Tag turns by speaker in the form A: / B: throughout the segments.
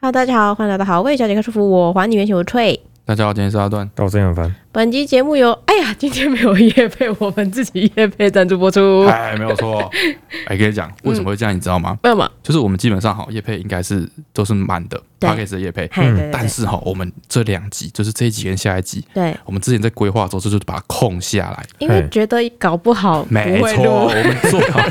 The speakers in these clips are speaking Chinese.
A: Hello，大家好，欢迎来到好味小姐开舒服，我还你原形无愧。
B: 大家好，今天是阿段。
C: 搞真很烦。
A: 本期节目由哎呀，今天没有夜配，我们自己夜配赞助播出。
B: 哎，没有错。 哎，跟你讲，
A: 嗯
B: 为什么会这样，你知道吗？
A: 为什么？
B: 就是我们基本上好，叶配应该是都是满的 p
A: 对
B: a c k a g e 的叶配，
A: 嗨，对对
B: 但是哈，我们这两集就是这一集跟下一集，
A: 对，
B: 我们之前在规划的时候就是把它空下来。
A: 因为觉得搞不好不
B: 没
A: 会
B: 错，我
A: 录，
B: 们做好，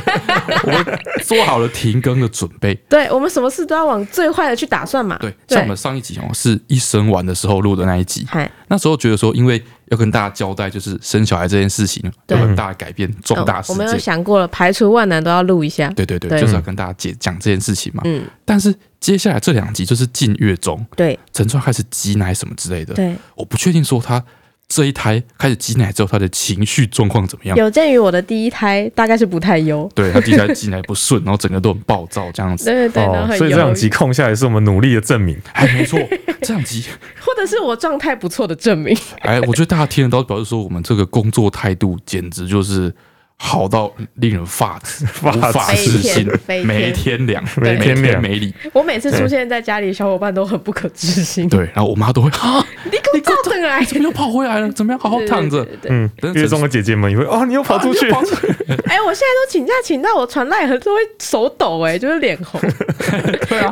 B: 我们做好了停更的准备。
A: 对我们什么事都要往最坏的去打算嘛。
B: 对，像我们上一集哦，是一生完的时候录的那一集，
A: 嗨，
B: 那时候觉得说，因为要跟大家交代，就是生小孩这件事情有
A: 对
B: 很大的改变，重大
A: 哦
B: 事
A: 我们有
B: 件。
A: 想过了，排除万难都要录一下。
B: 对对对，
A: 对
B: 就是要跟大家解讲这件事情嘛。
A: 嗯，
B: 但是接下来这两集就是近月中，
A: 对
B: 陈川开始挤奶什么之类的，
A: 对，
B: 我不确定说他这一胎开始挤奶之后，他的情绪状况怎么样。
A: 有鉴于我的第一胎大概是不太优，
B: 对他第一胎挤奶不顺，然后整个都很暴躁这样 子。
A: 对对对，然后
C: 哦，
A: 很
C: 所以这
A: 忧
C: 两
A: 郁
C: 集空下来是我们努力的证明。
B: 哎，没错，这两集，
A: 或者是我状态不错的证 明。
B: 哎，我觉得大家听得到，表示说我们这个工作态度简直就是好到令人发 指、
C: 发
B: 无法
A: 指
B: 置信
A: 飞天飞天，
B: 没天良，
C: 没
B: 没
C: 天良
B: 没理。
A: 我每次出现在家里，小伙伴都很不可置信。
B: 对，然后我妈 都会啊，
A: 你给我照正来！
B: 怎么又跑回来了？怎么样？好好躺着。
C: 嗯
B: 但，是
C: 月中的姐姐们也会哦，你又跑出去，
B: 啊你又跑出
A: 哎、我现在都请假请到我传赖盒都会手抖、哎，就是脸红。
B: 对啊，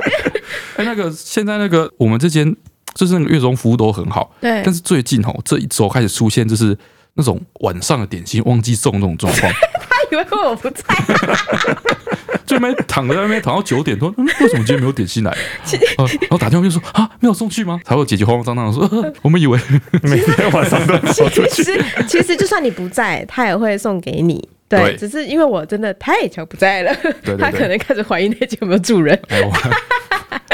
B: 哎，那个现在那个我们这间就是那个月中服务都很好，
A: 对
B: 但是最近哦这一周开始出现就是那种晚上的点心忘记送那种状况，
A: 他哎以为我不 在，
B: 就没躺在那边躺到九点多，嗯为什么今天没有点心来？啊然后打电话就说啊没有送去吗？才会姐姐慌慌张张的说，呃我们以为
C: 每天晚 上都跑出
A: 其
C: 去。
A: 实其实就算你不在，他也会送给你。对，
B: 对
A: 只是因为我真的太久不在了，
B: 对 对
A: 他可能开始怀疑那 间有没有住人。
B: 哎我。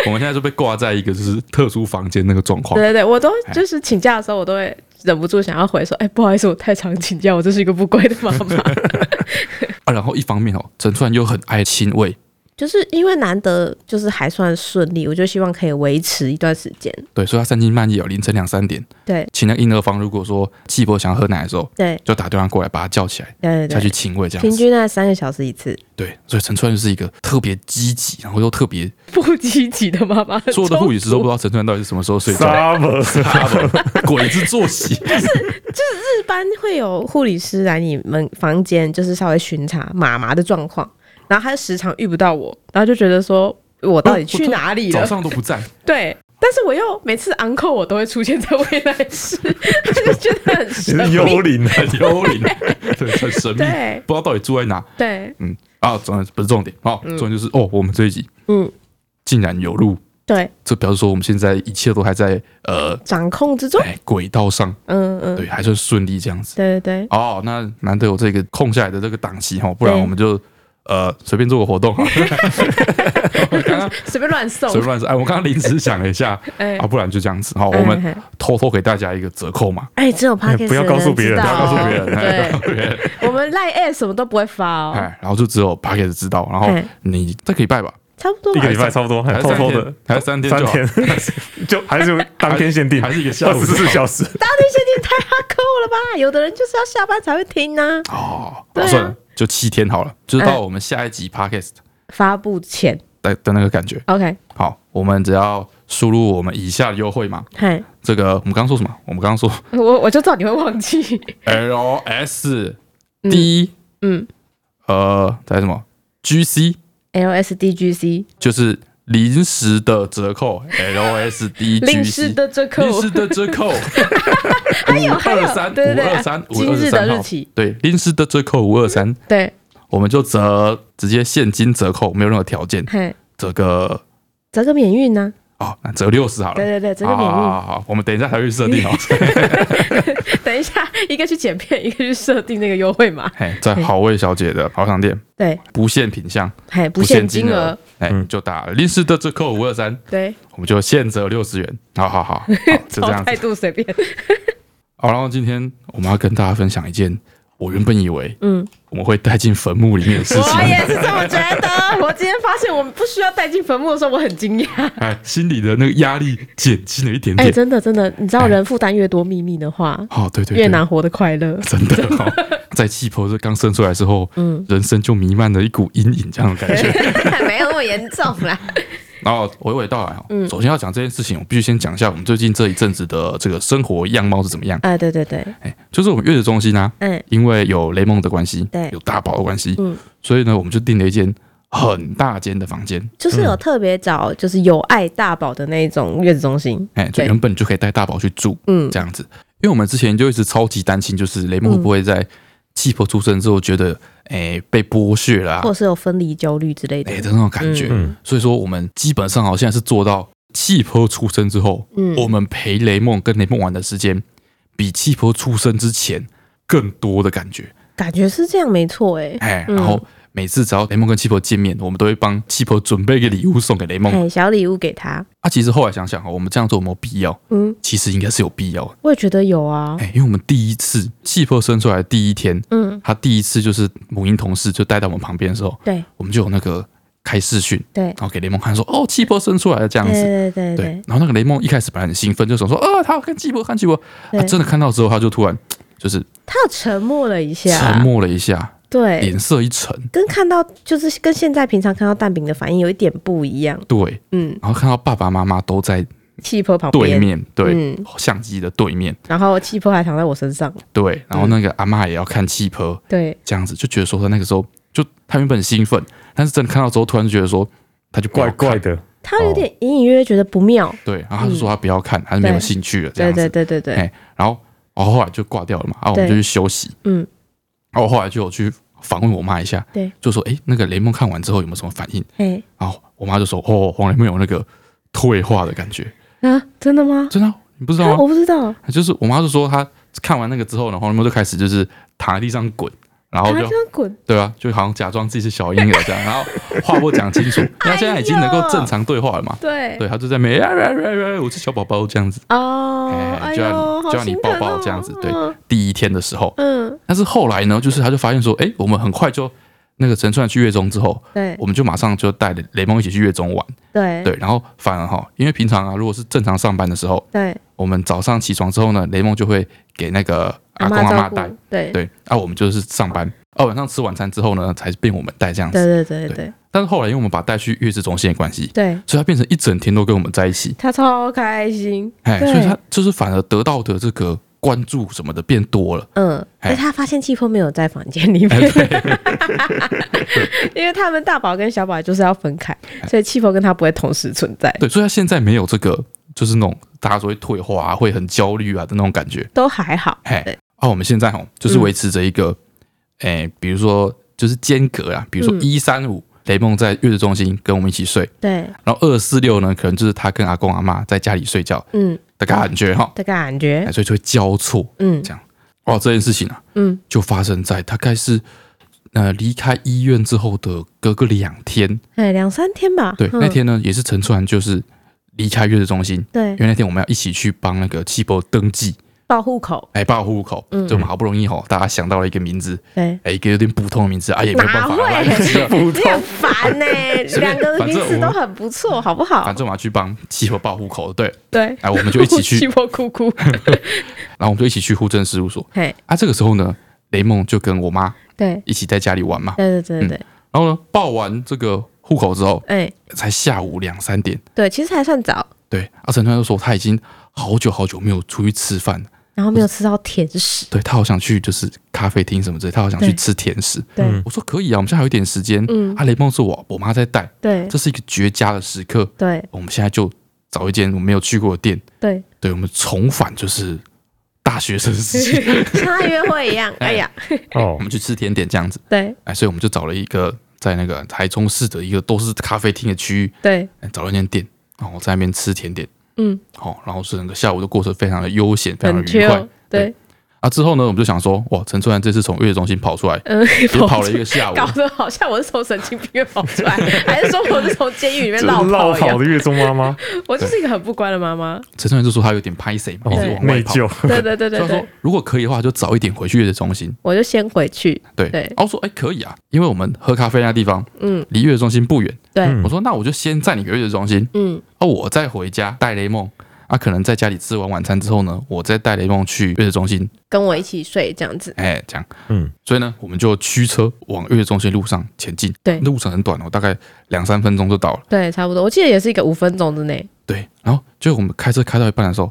B: 我们现在就被挂在一个就是特殊房间那个状况
A: 对，对对，我都就是请假的时候，我都会忍不住想要回说，哎、不好意思，我太常请假，我就是一个不乖的妈妈。
B: 啊，然后一方面哦，陈川又很爱亲喂，
A: 就是因为难得就是还算顺利，我就希望可以维持一段时间。
B: 对，所以他三更半夜哦，凌晨两三点，
A: 对
B: 请那个婴儿房如果说季伯想要喝奶的时候，
A: 对
B: 就打电话过来把他叫起来，
A: 对
B: 下
A: 对
B: 去
A: 对，
B: 亲喂这样
A: 平
B: 子。
A: 均在三个小时一次，
B: 对，所以陈川就是一个特别积极，然后又特 别
A: 不积极的妈 妈。
B: 所有的护理师都不知
A: 道，
B: 道陈川到底是什么时候睡 觉，
C: Summer，
B: 他的 鬼子作息。
A: 一般会有护理师来你们房间，就是稍微巡查妈妈的状况，然后他时常遇不到我，然后就觉得说我 到
B: 哦
A: 底去哪里
B: 早
A: 了？
B: 上都不在，
A: 对。但是我又每次昂扣我都会出现在未来室， 他就觉得很
C: 你
A: 神
C: 是
A: 秘。
C: 幽灵啊！
B: 很 幽灵，对，很神秘，
A: 对
B: 不知道到底住在哪。
A: 对
B: 嗯，啊，重点不是重点，哦，重点就是哦，我们这一集
A: 嗯
B: 竟然有录，
A: 对，
B: 这表示说我们现在一切都还在呃，
A: 掌控之中。
B: 哎，轨道上，
A: 嗯嗯，
B: 对，还算顺利这样子。
A: 对对对。
B: 哦，那难得有这个空下来的这个档期哈，哦不然
A: 对
B: 我们就呃随便做个活动哈。我刚刚
A: 随便乱送
B: 随，便乱说，哎，我刚刚临时想了 一下，
A: 哎
B: 啊，不然就这样子哈，
A: 哎
B: 我们
A: 哎
B: 偷偷给大家一个折扣嘛，
A: 哎，只有 p o d
C: 哎
A: c a s
C: 不要告诉别人
B: 不要告诉别人，哎不要
A: 哦对，
B: 告诉别人，
A: 我们赖 A 什么都不会发哦，
B: 哎，然后就只有 p a c k e t 知道，然后
A: 哎
B: 你这个礼拜吧，
A: 差不多
C: 一
A: 吧
C: 个礼拜差不多，
B: 还
C: 还
B: 是
C: 偷
B: 三
C: 偷
B: 天
C: 的，
B: 还是哎三天就
C: 三
B: 好
C: 天，就 还是当天限定，
B: 还是 一个下午
C: 四十小时。
A: 当天限定太哈扣了吧？有的人就是要下班才会听呢、
B: 哦，
A: 对啊
B: 算了，就七天好了，就是
A: 哎
B: 到我们下一集 p a c k e t
A: 发布前
B: 的的那个感觉。
A: ，OK，
B: 好，我们只要输入我们以下的优惠码，
A: 嗨，
B: 这个我们刚刚说什么？我们刚刚说
A: 我我就知道你会忘记，
B: L S D
A: 哎嗯
B: 呃，在什么 G C
A: ，LSDGC
B: 就是临时的折 扣 L S D G C
A: 临时的折扣
B: 临时的折 扣，五
A: 有还有
B: 二三
A: 对对
B: 五
A: 对啊
B: 二三五
A: 今
B: 二
A: 日
B: 三
A: 的日
B: 号
A: 期，
B: 对临时的折扣五二三，
A: 对，
B: 我们就折直接现金折扣，没有任何条件，
A: 嗨，
B: 折个
A: 折个免运啊呢、
B: 哦，那折六十好了，
A: 对对对折个
B: 好
A: 免运
B: 好好好好，我们等一下才会 设定哦。
A: 等一下，一个去剪片，一个去设定那个优惠码，
B: 嘿，哎在好味小姐的好商店，
A: 对，
B: 不限品项，
A: 嗨，不
B: 不
A: 限
B: 限
A: 金额
B: 额，，哎，就打临时的折扣五二三，
A: 对，
B: 我们就现折六十元。好 好好，好就这
A: 超
B: 样子
A: 态。度随便，
B: 好，然后今天我们要跟大家分享一件我原本以为
A: 嗯，
B: 我们会带进坟墓里面的事情
A: 我，也是这么觉得。 我今天发现我们不需要带进坟墓的时候，我很惊讶。
B: 哎，心里的那个压力减轻了一点
A: 哎、
B: 点。
A: 真的真的，你知道人负担越多秘密的话，
B: 好，对对，对
A: 越难活得快乐。
B: 真的哦。在气泡这刚生出来之后，嗯，人生就弥漫了一股阴影这样的感觉。
A: 没有那么严重啦。
B: 然后娓娓道来哦，
A: 嗯
B: 首先要讲这件事情，我必须先讲一下我们最近这一阵子的这个生活样貌是怎么样。
A: 啊，对对对，
B: 哎，就是我们月子中心呢、啊
A: 嗯，
B: 因为有雷蒙的关系，
A: 对
B: 有大宝的关系，
A: 嗯
B: 所以呢，我们就订了一间很大间的房间，
A: 就是有特别找就是有爱大宝的那种月子中心，
B: 哎，就
A: 对
B: 原本就可以带大宝去住，
A: 嗯
B: 这样子。因为我们之前就一直超级担心，就是雷蒙会不会在气婆出生之后觉得，哎，被剥削啦、
A: 或者是有分离焦虑之类的
B: 哎、。的那种感觉。
C: 嗯嗯
B: 所以说，我们基本上好像是做到气婆出生之后，
A: 嗯
B: 我们陪雷梦跟雷梦玩的时间，比气婆出生之前更多的感觉。
A: 感觉是这样，没错哎、
B: 哎、
A: 嗯
B: 然后每次只要雷梦跟气婆见面，我们都会帮气婆准备一个礼物送给雷梦。
A: 哎，小礼物给他，
B: 啊，其实后来想想哦，我们这样做有没有必要？
A: 嗯，
B: 其实应该是有必要的。
A: 我也觉得有啊，
B: 哎、因为我们第一次气婆生出来的第一天，
A: 嗯，
B: 他第一次就是母婴同事就带到我们旁边的时候，
A: 对
B: 我们就有那个开视讯，
A: 对，
B: 然后给雷梦看说，哦，气婆生出来了这样
A: 对
B: 子。
A: 对对
B: 对，然后那个雷梦一开始本来很兴奋，就想说啊，他要看季伯，看季伯。
A: 对
B: 啊，真的看到之后，他就突然就是
A: 他有沉默了一下，
B: 沉默了一下，
A: 啊对，
B: 脸色一沉。
A: 跟看到就是跟现在平常看到蛋饼的反应有一点不一样，
B: 对，
A: 嗯，
B: 然后看到爸爸妈妈都在
A: 气泡旁边，
B: 对面，对，
A: 嗯，
B: 相机的对面，
A: 然后气泡还躺在我身上，
B: 对，然后那个阿嬷也要看气婆，
A: 对，
B: 这样子就觉得说他那个时候就他原本很兴奋，但是真的看到之后，突然就觉得说他就不要看
C: 怪怪，的，
A: 他
B: 哦
A: 有点隐隐约约觉得不妙，
B: 对，然后他就说他不要看，他就没有
A: 对
B: 兴趣了，这
A: 对
B: 样子
A: 嗯对。对对对，
B: 哎，然后我后来就挂掉了嘛，啊，我们
A: 对
B: 就去休息，
A: 嗯，
B: 然后我后来就有去访问我妈一下，
A: 对，
B: 就说哎，那个雷蒙看完之后有没有什么反应？
A: 哎
B: 然后我妈就说哦，黄雷蒙有那个退化的感觉，
A: 啊，真的吗？
B: 真的啊、你不知
A: 啊
B: 道吗？
A: 我不知道，
B: 就是我妈就说她看完那个之后呢，黄雷蒙就开始就是躺在地上滚。然后
A: 他
B: 就
A: 这样滚，
B: 对啊，就好像假装自己是小婴儿这样，然后话不 讲清楚，因为他现在已经能够正常对话了嘛。
A: 对
B: 对，他就在那边，哎哎哎哎我是小宝宝这样子。
A: 哦，
B: 哎
A: 哎
B: 就让
A: 呦，
B: 你就让你抱抱这样子对
A: 对，
B: 第一天的时候，
A: 哦嗯，
B: 但是后来呢，就是他就发现说，哎、我们很快就那个陈川去月中之后，
A: 对
B: 我们就马上就带雷雷蒙一起去月中玩，
A: 对
B: 对，然后反而哈，因为平常啊，如果是正常上班的时候，
A: 对，
B: 我们早上起床之后呢，雷蒙就会给那个阿公
A: 嬷
B: 阿
A: 照
B: 嬷
A: 顾
B: 带，，
A: 对
B: 对，啊，我们就是上班，啊，晚上吃晚餐之后呢，才变我们带这样子，
A: 对对对对
B: 但是后来因为我们把他带去月子中心的关系。
A: 对，
B: 所以他变成一整天都跟我们在一起，
A: 他超开心，
B: 哎，
A: 对
B: 所以他就是反而得到的这个关注什么的变多了，
A: 嗯，
B: 哎
A: 但是他发现气泡没有在房间里面， 因为他们大宝跟小宝就是要分开，所以气泡跟他不会同时存在，
B: 哎对，所以他现在没有这个，就是那种大家说会退化、啊、会很焦虑啊的那种感觉。
A: 都还好，
B: 嘿
A: 对，嗯
B: 啊，我们现在哦，就是维持着一个，诶、比如说就是间隔啊，比如说
A: 嗯
B: 一三五，雷梦在月子中心跟我们一起睡，
A: 对，
B: 然后二四六呢，可能就是他跟阿公阿妈在家里睡觉
A: 嗯，
B: 的感觉哈、
A: 这个感
B: 哎
A: 觉，
B: 所以就会交错。
A: 嗯
B: 哦，这件事情啊，
A: 嗯，
B: 就发生在大概是呃离开医院之后的隔个两天，
A: 哎，两三天吧，
B: 对，
A: 嗯
B: 那，天呢也是陈川就是离开月子中心，
A: 对
B: 因，为那天我们要一起去帮那个七伯登记，
A: 报户口，
B: 哎，报户口，所
A: 嗯
B: 以我们好不容易吼，大家想到了一个名字，
A: 对，
B: 哎，一个有点普通的名字，啊，也没有办
A: 哪
B: 法，
A: 会？
B: 啊
C: 普
A: 你很烦呢、
B: 随便
A: 两个
B: 反
A: 名
B: 正我
A: 字都很不错，好不好
B: 反？正我们要去帮七伯报户口，对，
A: 对，
B: 哎，我 们就一起去
A: 气，泡哭哭，
B: 然后我们就一起去户政事务所，
A: 嘿，
B: 啊，这个时候呢，雷梦就跟我妈
A: 对，
B: 一起在家里玩嘛，
A: 对对对对，
B: 然后呢，报完这个户口之后，
A: 哎、
B: 才下午两三点，
A: 对，其实还算早，
B: 对，阿陈川就说他已经好久好久没有出去吃饭了，
A: 然后没有吃到甜食，
B: 对他好想去就是咖啡厅什么之类，他好想去
A: 对
B: 吃甜食，
A: 对、
C: 嗯
B: 我说可以啊，我们现在还有一点时间，
A: 嗯
B: 啊，雷梦说我我妈在带。
A: 对
B: 这是一个绝佳的时刻。
A: 对
B: 我们现在就找一间我没有去过的店，
A: 对，
B: 对我们重返就是大学生 时期，
A: 像他约会一样， 哎呀，
B: 我
C: 哦，
B: 们去吃甜点这样子。
A: 对
B: 哎，所以我们就找了一个在那个台中市的一个都是咖啡厅的区域，
A: 对，
B: 哎找了一间店，然后在那边吃甜点。
A: 嗯，
B: 好，然后整个下午的过程非常的悠闲，非常的
A: 很
B: 愉快
A: chill，。对，
B: 啊，之后呢，我们就想说，哇，陈春兰这次从月子中心跑出来，
A: 嗯，
B: 也跑了一个下午，
A: 搞得好像我是从神经病院跑出来， 还是说我是从监 狱里面
C: 这
A: 绕
C: 是
A: 跑
C: 落
A: 一样
C: 跑的月中妈妈，
A: 我就是一个很不乖的妈 妈，
B: 陈春兰就说她有点拍谁，一直
C: 哦
B: 往外
C: 内
B: 跑。
C: 疚，
A: 对对对对
B: 所以她说
A: 对，，
B: 如果可以的话，就早一点回去月子中心。
A: 我就先回去，
B: 对，
A: 对
B: 然后我说哎、可以啊，因为我们喝咖啡那地方
A: 嗯
B: 离月子中心不远，
A: 对，
C: 嗯
B: 我说那我就先载你回月子中心，
A: 嗯
B: 啊，我再回家带雷梦，啊，可能在家里吃完晚餐之后呢，我再带雷梦去月子中心，
A: 跟我一起睡这样子。
B: 哎，这样，
C: 嗯，
B: 所以呢，我们就驱车往月子中心路上前进。
A: 对
B: 路程很短哦，大概两三分钟就到了。
A: 对，差不多。我记得也是一个五分钟之内。
B: 对，然后就我们开车开到一半的时候，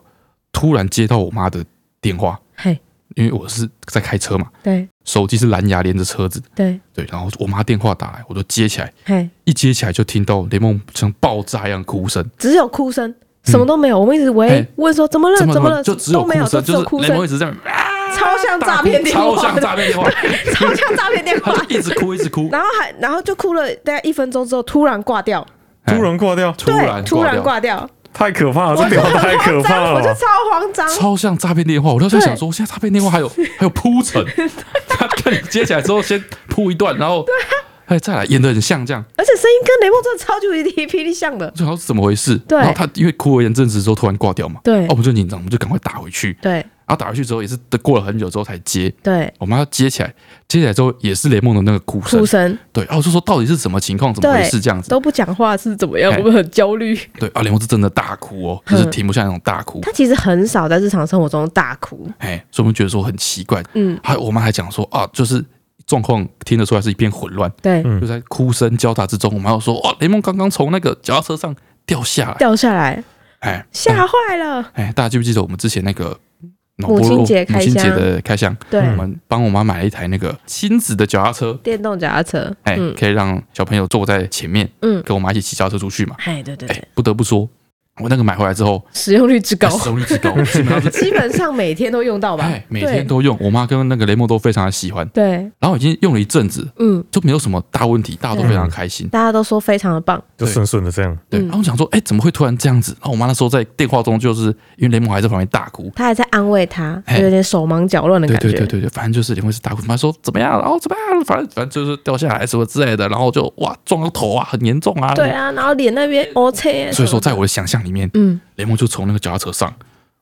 B: 突然接到我妈的电话，
A: 嘿，
B: 因为我是在开车嘛，
A: 对
B: 手机是蓝牙连着车子，
A: 对，
B: 对，然后我妈电话打来，我就接起来，
A: 嘿，
B: 一接起来就听到雷梦像爆炸一样哭声，
A: 只有哭声，什么都没有。我们一直喂
B: 嘿
A: 问说怎么了，
B: 怎
A: 怎
B: 么
A: 么了，
B: 就只有
A: 都没有，
B: 哭
A: 就
B: 声，
A: 只
B: 就
A: 有
B: 是
A: 哭
B: 雷梦
A: 声
B: 一，直在啊，
A: 超像诈骗电
B: 超
A: 话
B: 像
A: 的，
B: 诈骗 电话，
A: 超像诈骗电
B: 她
A: 话。
B: 就一直哭一直哭，
A: 然后还，然后就哭了大概一分钟之后，突然挂掉，
B: 哎
C: 突然挂掉，
B: 突然
A: 对，突然
B: 掉
A: 挂掉，
C: 太可怕了，这屌太可
A: 这样
C: 怕
A: 我就
C: 了。
A: 超慌张。
B: 超像诈骗电话。我那时候
A: 对
B: 在想说，现在诈骗电话还有还有 铺陈，他看你接起来之后先铺一段，然后哎再来演的很像这样，
A: 而且声音跟雷梦真的超级无敌霹雳像的。
B: 最好是怎么回事？
A: 对
B: 然后他因为哭了一阵子之后突然挂掉嘛，
A: 对
B: 哦我们就紧张，我们就赶快打回去，
A: 对
B: 然后打回去之后也是等过了很久之后才接。
A: 对，
B: 我妈接起来，接起来之后也是雷梦的那个哭声
A: 哭，声
B: 对，哦然后我就说到底是什么情况，怎么回事
A: 对
B: 这样子，
A: 都不讲话是怎么样？
B: 哎
A: 我们很焦虑。
B: 对，啊，雷梦是真的大哭哦，就是
A: 嗯
B: 停不下那种大哭，
A: 他其实很少在日常生活中大哭。
B: 哎，所以我们觉得说很奇怪，
A: 嗯，
B: 还我妈还讲说啊，就是状况听得出来是一片混乱，
A: 对，
C: 嗯
B: 就在哭声交杂之中，我妈又说：“哇，雷蒙刚刚从那个脚踏车上掉下来。
A: 掉下来”
B: 哎，
A: 吓坏了。
B: 哎，大家记不记得我们之前那个脑
A: 母
B: 波
A: 亲
B: 弱
A: 节
B: 母
A: 开
B: 亲节
A: 箱
B: 的开箱？
A: 对，
B: 我们帮我妈买了一台那个亲子的脚踏车，
A: 电动脚踏车。
B: 哎，
A: 嗯
B: 可以让小朋友坐在前面，
A: 嗯，
B: 跟我妈一起骑脚踏车出去嘛。
A: 哎，对对
B: 哎
A: 对，，
B: 不得不说，我那个买回来之后，
A: 使用率之高
B: 哎，使用率之高，基本上是
A: 基本上每天都用到吧
B: 哎，每天都用。我妈跟那个雷蒙都非常的喜欢，
A: 对。对，
B: 然后已经用了一阵子，
A: 嗯，
B: 就没有什么大问题，大家都非常开心。
A: 大家都说非常的棒。
C: 就顺顺的这样，
B: 对，
A: 嗯
B: 然后我想说，哎、怎么会突然这样子？然后我妈那时候在电话中，就是因为雷蒙还在旁边大哭，
A: 他还在安慰他，
B: 哎
A: 有点手忙脚乱的
B: 对
A: 感觉。
B: 对对对对，反正就是雷蒙是大哭，妈说怎么样，然、后怎么样，反正反正就是掉下来什么之类的，然后就哇撞到头啊，很严重啊。
A: 对啊，然后脸那边 O 切。
B: 哎所以说，在我的想象里面，
A: 嗯
B: 雷蒙就从那个脚踏车上，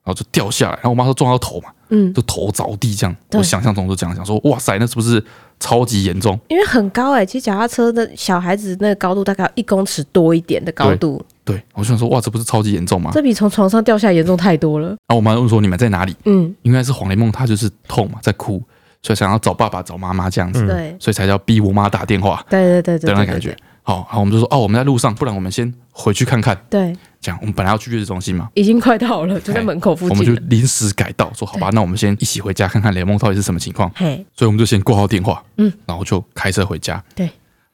B: 然后就掉下来，然后我妈说撞到头嘛，
A: 嗯，
B: 就头着地这样。
A: 对
B: 我想象中就这样想说，哇塞，那是不是超级严重？
A: 因为很高哎、其实脚踏车的小孩子那个高度大概有一公尺多一点的高度，
B: 对，我就想说，哇，这不是超级严重吗？
A: 这比从床上掉下来严重太多了。
B: 然后我妈就说你们在哪里？
A: 嗯，
B: 应该是黄雷梦他就是痛嘛，在哭，所以想要找爸爸找妈妈这样子。
A: 对
B: 所以才叫逼我妈打电话
A: 对对对对对，
B: 的那感觉。好，好，我们就说哦，我们在路上，不然我们先回去看看。
A: 对。对，
B: 这样，我们本来要去月子中心嘛，
A: 已经快到了，就在
B: 哎
A: 门口附
B: 我们
A: 近
B: 就
A: 了。
B: 临时改道，说好吧，那我们先一起回家看看雷蒙到底是什么情况。
A: 嘿，
B: 所以我们就先挂号电话，
A: 嗯，
B: 然后就开车回家。
A: 对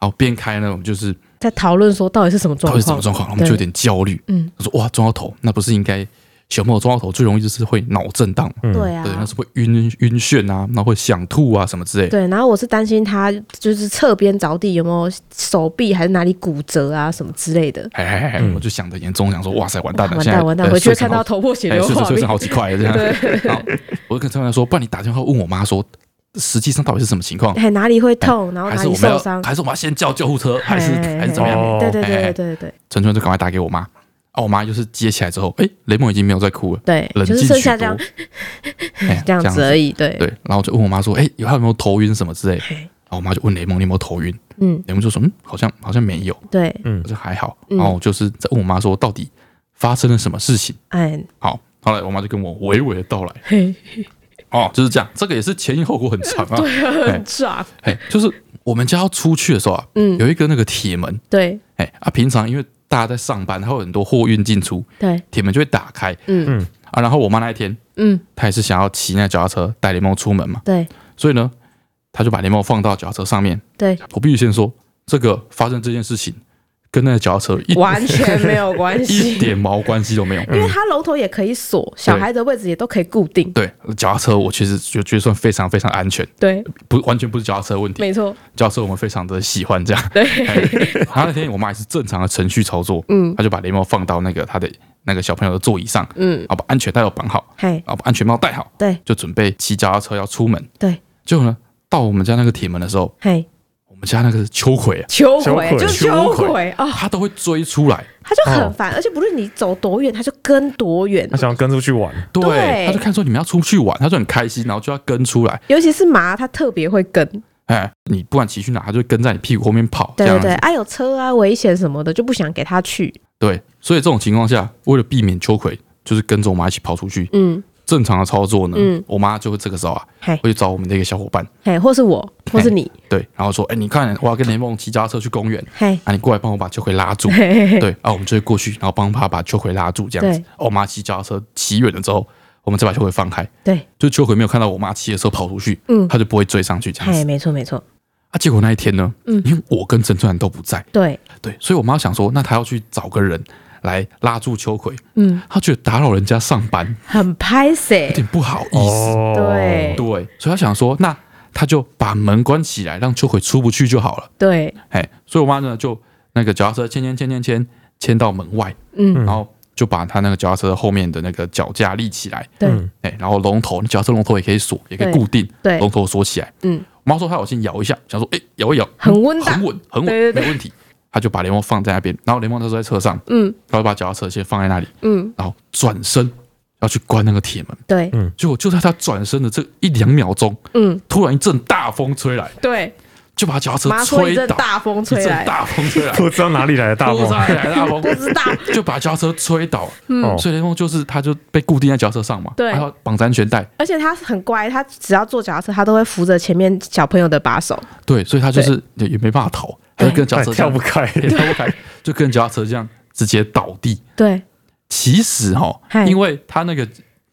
B: 然后边开呢，我们就是
A: 在讨论说到底是什么状
B: 到
A: 况？
B: 底是什么状况，我们就有点焦虑。
A: 嗯，
B: 他说哇，撞到头，那不是应该小朋友撞到头最容易就是会脑震荡嘛？
C: 嗯
A: 对啊
B: 对，，那是会晕晕眩啊，然后会想吐啊什么之类的。
A: 对。然后我是担心他就是侧边着地有没有手臂还是哪里骨折啊什么之类的。
B: 哎哎哎，
C: 嗯
B: 我就想着严重，想说哇塞，完蛋了，
A: 完
B: 现在
A: 蛋完蛋，
B: 呃
A: 回去会
B: 睡着
A: 看到头破血
B: 哎，
A: 流的
B: 是是
A: 画
B: 是，
A: 面。
B: 好几块了这 样。然后我就跟陈文说，不然你打电话问我妈说，实际上到底是什么情况？
A: 哎，哪里会痛，然后
B: 还
A: 哪
B: 是
A: 里
B: 我们
A: 受
B: 要
A: 伤，
B: 还是我们要先叫救护车，还是
A: 哎
B: 还是怎么样？
C: 哦
A: 对对对
B: 哎哎
A: 对对对
B: 陈春就赶快打给我妈，啊，我妈就是接起来之后，哎，雷蒙已经没有在哭了，
A: 对
B: 冷
A: 对，就
B: 静
A: 是
B: 许
A: 剩下
B: 多
A: 这样，
B: 哎
A: 这样子而已。对，
B: 对，然后我就问我妈说，哎，有还有没有头晕什么之类的？
A: 嘿
B: 然后我妈就问雷蒙，你有没有头晕？
A: 嗯，
B: 雷蒙就说，嗯，好像好像没有，
A: 对，
B: 我说还好。
A: 嗯
B: 然后我就是在问我妈说，到底发生了什么事情？
A: 哎，
B: 好，后来我妈就跟我娓娓的道来，
A: 嘿，
B: 哦，就是这样，这个也是前因后果很长啊。
A: 很炸，
B: 哎，就是我们家要出去的时候啊，
A: 嗯
B: 有一个那个铁门，
A: 对
B: 哎啊，平常因为大家在上班，还有很多货运进出，
A: 对，
B: 铁门就会打开
A: 嗯
B: 啊。然后我妈那一天，
A: 嗯，
B: 她也是想要骑那脚踏车带雷蒙出门嘛，
A: 对
B: 所以呢，她就把雷蒙放到脚踏车上面。
A: 对，
B: 我必须先说，这个发生这件事情跟那个脚踏车一
A: 完全没有关
B: 一
A: 系，
B: 点嗯毛关系都没有。
A: 因为它龙头也可以锁，小孩的位置也都可以固定，
B: 对，脚踏车我其实就觉得算非常非常安全，
A: 对，
B: 不完全不是脚踏车的问题。
A: 没错，
B: 教授我们非常的喜欢这样。
A: 对
B: 哎， 他那天我妈也是正常的程序操作，
A: 嗯
B: 他就把雷蒙放到那个他的那个小朋友的座椅上，
A: 嗯，
B: 然后把安全带都绑好，
A: 嘿，
B: 然后把安全帽戴好，
A: 对
B: 就准备骑脚踏车要出门。
A: 对，
B: 结果呢，到我们家那个铁门的时候，
A: 嘿，
B: 我们家那个秋葵哦啊，
A: 秋
C: 秋
A: 葵
C: 葵
A: 就秋葵啊，
B: 它都会追出来，
A: 他就很烦，而且不是你走多远，他就跟多远
C: 他，想要跟出去玩，
A: 对
B: 他就看说你们要出去玩，他就很开心，然后就要跟出来，
A: 尤其是马，他特别会跟，
B: 哎，你不管骑去哪，他就会跟在你屁股后面跑，这
A: 对
B: 样
A: 对
B: 子
A: 对，啊，有车啊，危险什么的，就不想给他去，
B: 对，所以这种情况下，为了避免秋葵就是跟着我妈一起跑出去。
A: 嗯，
B: 正常的操作呢，
A: 嗯
B: 我妈就会这个时候啊，
A: 嘿，
B: 会去找我们的一个小伙伴，
A: 嘿，或是我，或是你，
B: 对，然后说，哎、你看，我要跟雷梦骑脚踏车去公园，
A: 嘿，
B: 啊，你过来帮我把秋葵 拉住。
A: 嘿嘿嘿，
B: 对，啊，我们就会过去，然后帮他把秋葵拉住，这样子。
A: 对
B: 哦我妈骑脚踏车骑远了之后，我们再把秋葵放开。
A: 对，
B: 就秋葵没有看到我妈骑的时候跑出去，
A: 嗯
B: 她就不会追上去这样
A: 嘿，
B: 子。
A: 没错没错，
B: 啊，结果那一天呢，
A: 嗯
B: 因为我跟陈春兰都不在，
A: 对，
B: 对，所以我妈想说，那她要去找个人来拉住秋葵，
A: 嗯，
B: 她觉得打扰人家上班
A: 很拍谁
B: 有，点不好意思，
C: 哦，
A: 对
B: 对，所以她想说，那她就把门关起来，让秋葵出不去就好了。
A: 对，
B: 哎，所以我妈呢就那个脚踏车牵牵牵牵牵牵到门外，
A: 嗯，
B: 然后就把她那个脚踏车后面的那个脚架立起来，
A: 对
C: 嗯
B: 哎，然后龙头，你脚踏车龙头也可以锁，也可
A: 对
B: 以固定，
A: 对
B: 龙头锁起来。
A: 嗯，
B: 我妈说她有先摇一下，想说哎、摇一摇，
A: 很温的
B: 很稳，很稳，
A: 对对对
B: 没问题。她就把雷蒙放在那边，然后雷蒙那时候在车上，
A: 嗯
B: 她就把脚踏车先放在那里，
A: 嗯，
B: 然后转身要去关那个铁门。
A: 对，
B: 结果就在她转身的这一两秒钟，
A: 嗯
B: 突然一阵大风吹来，
A: 对，
B: 就把脚踏
A: 麻
B: 车
A: 说一
B: 吹
A: 阵
B: 倒，
A: 大风吹
B: 一阵
A: 来，
B: 大风吹来，
C: 不知道哪里来的大哦
B: 风
C: 风，
B: 吹来大风
A: 不 知道，
B: 就把脚踏车吹倒，
A: 嗯
C: 哦
B: 所以雷蒙就是他就被固定在脚踏车上嘛，
A: 对
B: 还要绑着安全带，
A: 而且他很乖，他只要坐脚踏车，他都会扶着前面小朋友的把手，
B: 对，所以他就是也也没办法逃，他就跟脚踏
C: 哎
B: 车这
C: 跳
B: 样
C: 不开，
B: 也跳不开，就跟脚踏车这样直接倒地。
A: 对，
B: 其实哈
A: 嗨，
B: 因为他那个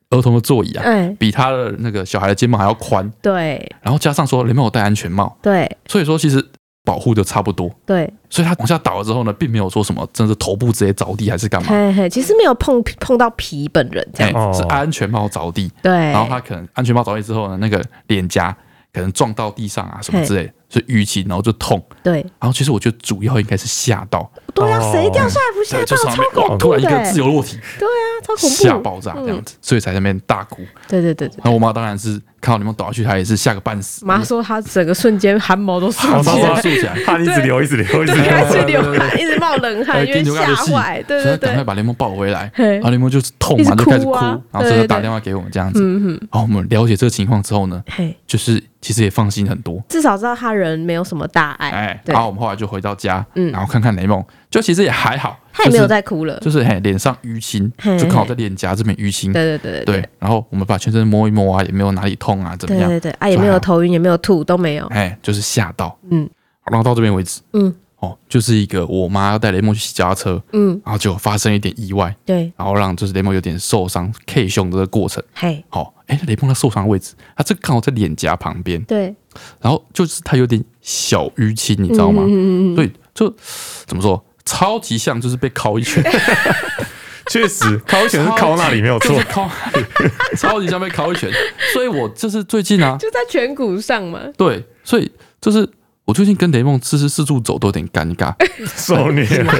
B: 儿童的座
C: 嗯
B: 椅啊，
A: 哎，
B: 比他的那个小孩的肩膀还要宽，
A: 对
B: 然后加上说雷蒙有戴安全帽，
A: 对
B: 所以说其实保护的差不多。
A: 对，
B: 所以他往下倒了之后呢，并没有说什么，真的头部直接着地还是干嘛？
A: 嘿嘿，其实没有碰碰到皮本人这
B: 哎、
A: 样，
C: 哦
B: 是安全帽着地，
A: 对，
B: 然后他可能安全帽着地之后呢，那个脸颊可能撞到地上啊什么之类的，所以淤青，然后就痛。
A: 对
B: 然后其实我觉得主要应该是吓到，
A: 对啊，
C: 哦
A: 谁掉下来不吓到？
B: 对，就从那
A: 超
B: 边哇，
A: 恐
B: 哦突
A: 怖
B: 然一
A: 的
B: 个
A: 欸，
B: 自由落体，
A: 对啊，超恐怖，嗯
B: 吓爆炸这样子，所以才在那边大哭。
A: 对对对对。
B: 然后我妈当然是看到你们倒下去，她也是吓个半死，
A: 妈说她整个瞬间汗毛都竖
C: 好
B: 把
A: 起
C: 糟糕
A: 来
B: 手，竖起来，
C: 汗一直流，一直流，一直
A: 对，
C: 流
A: 开。始流汗，一直冒冷
B: 哎
A: 汗，因为吓坏，对
B: 所以
A: 对
B: 她赶
A: 对，
B: 快把雷蒙抱回 来。
A: 嘿
B: 然后雷蒙就是痛
A: 一直
B: 嘛，就开始
A: 哭
B: 哭，
A: 啊
B: 然后这
A: 对
B: 就
A: 对
B: 打
A: 对嗯
B: 电话给我们这样子。然后我们了解这个情况之后呢，
A: 嘿，
B: 就是其实也放心很多。
A: 至少知道他人没有什么大碍，
B: 哎，
A: 对
B: 然后我们后来就回到家，
A: 嗯
B: 然后看看雷梦，就其实也还好，
A: 他也没有在哭了，
B: 就是，就是嘿脸上淤青，
A: 嘿
B: 就看我在脸颊这边淤青，
A: 对对对
B: 对，然后我们把全身摸一摸啊，也没有哪里痛啊，怎么
A: 对
B: 样？
A: 对对，啊也没有头晕，也没有吐，都没有，
B: 哎，就是吓到，
A: 嗯
B: 然后到这边为止，
A: 嗯
B: 哦，就是一个我妈要带雷梦去洗脚踏车，
A: 嗯，
B: 然后结果发生一点意外，
A: 对，
B: 然后让就是雷梦有点受伤 K 胸的这个过程。
A: 嘿，
B: 好、哦，哎，雷梦他受伤的位置，他这个刚好在脸颊旁边，
A: 对，
B: 然后就是他有点小淤青，你知道吗？
A: 嗯嗯嗯
B: 所以就怎么说，超级像就是被敲 一拳，
C: 确实，考选是考那里没有
B: 就
C: 错
B: 是， 敲，超级像被敲一拳。所以我就是最近啊，
A: 嗯就在颧骨上嘛，
B: 对，所以就是我最近跟雷梦吃吃四处走都有点尴 尬。
C: 受虐了。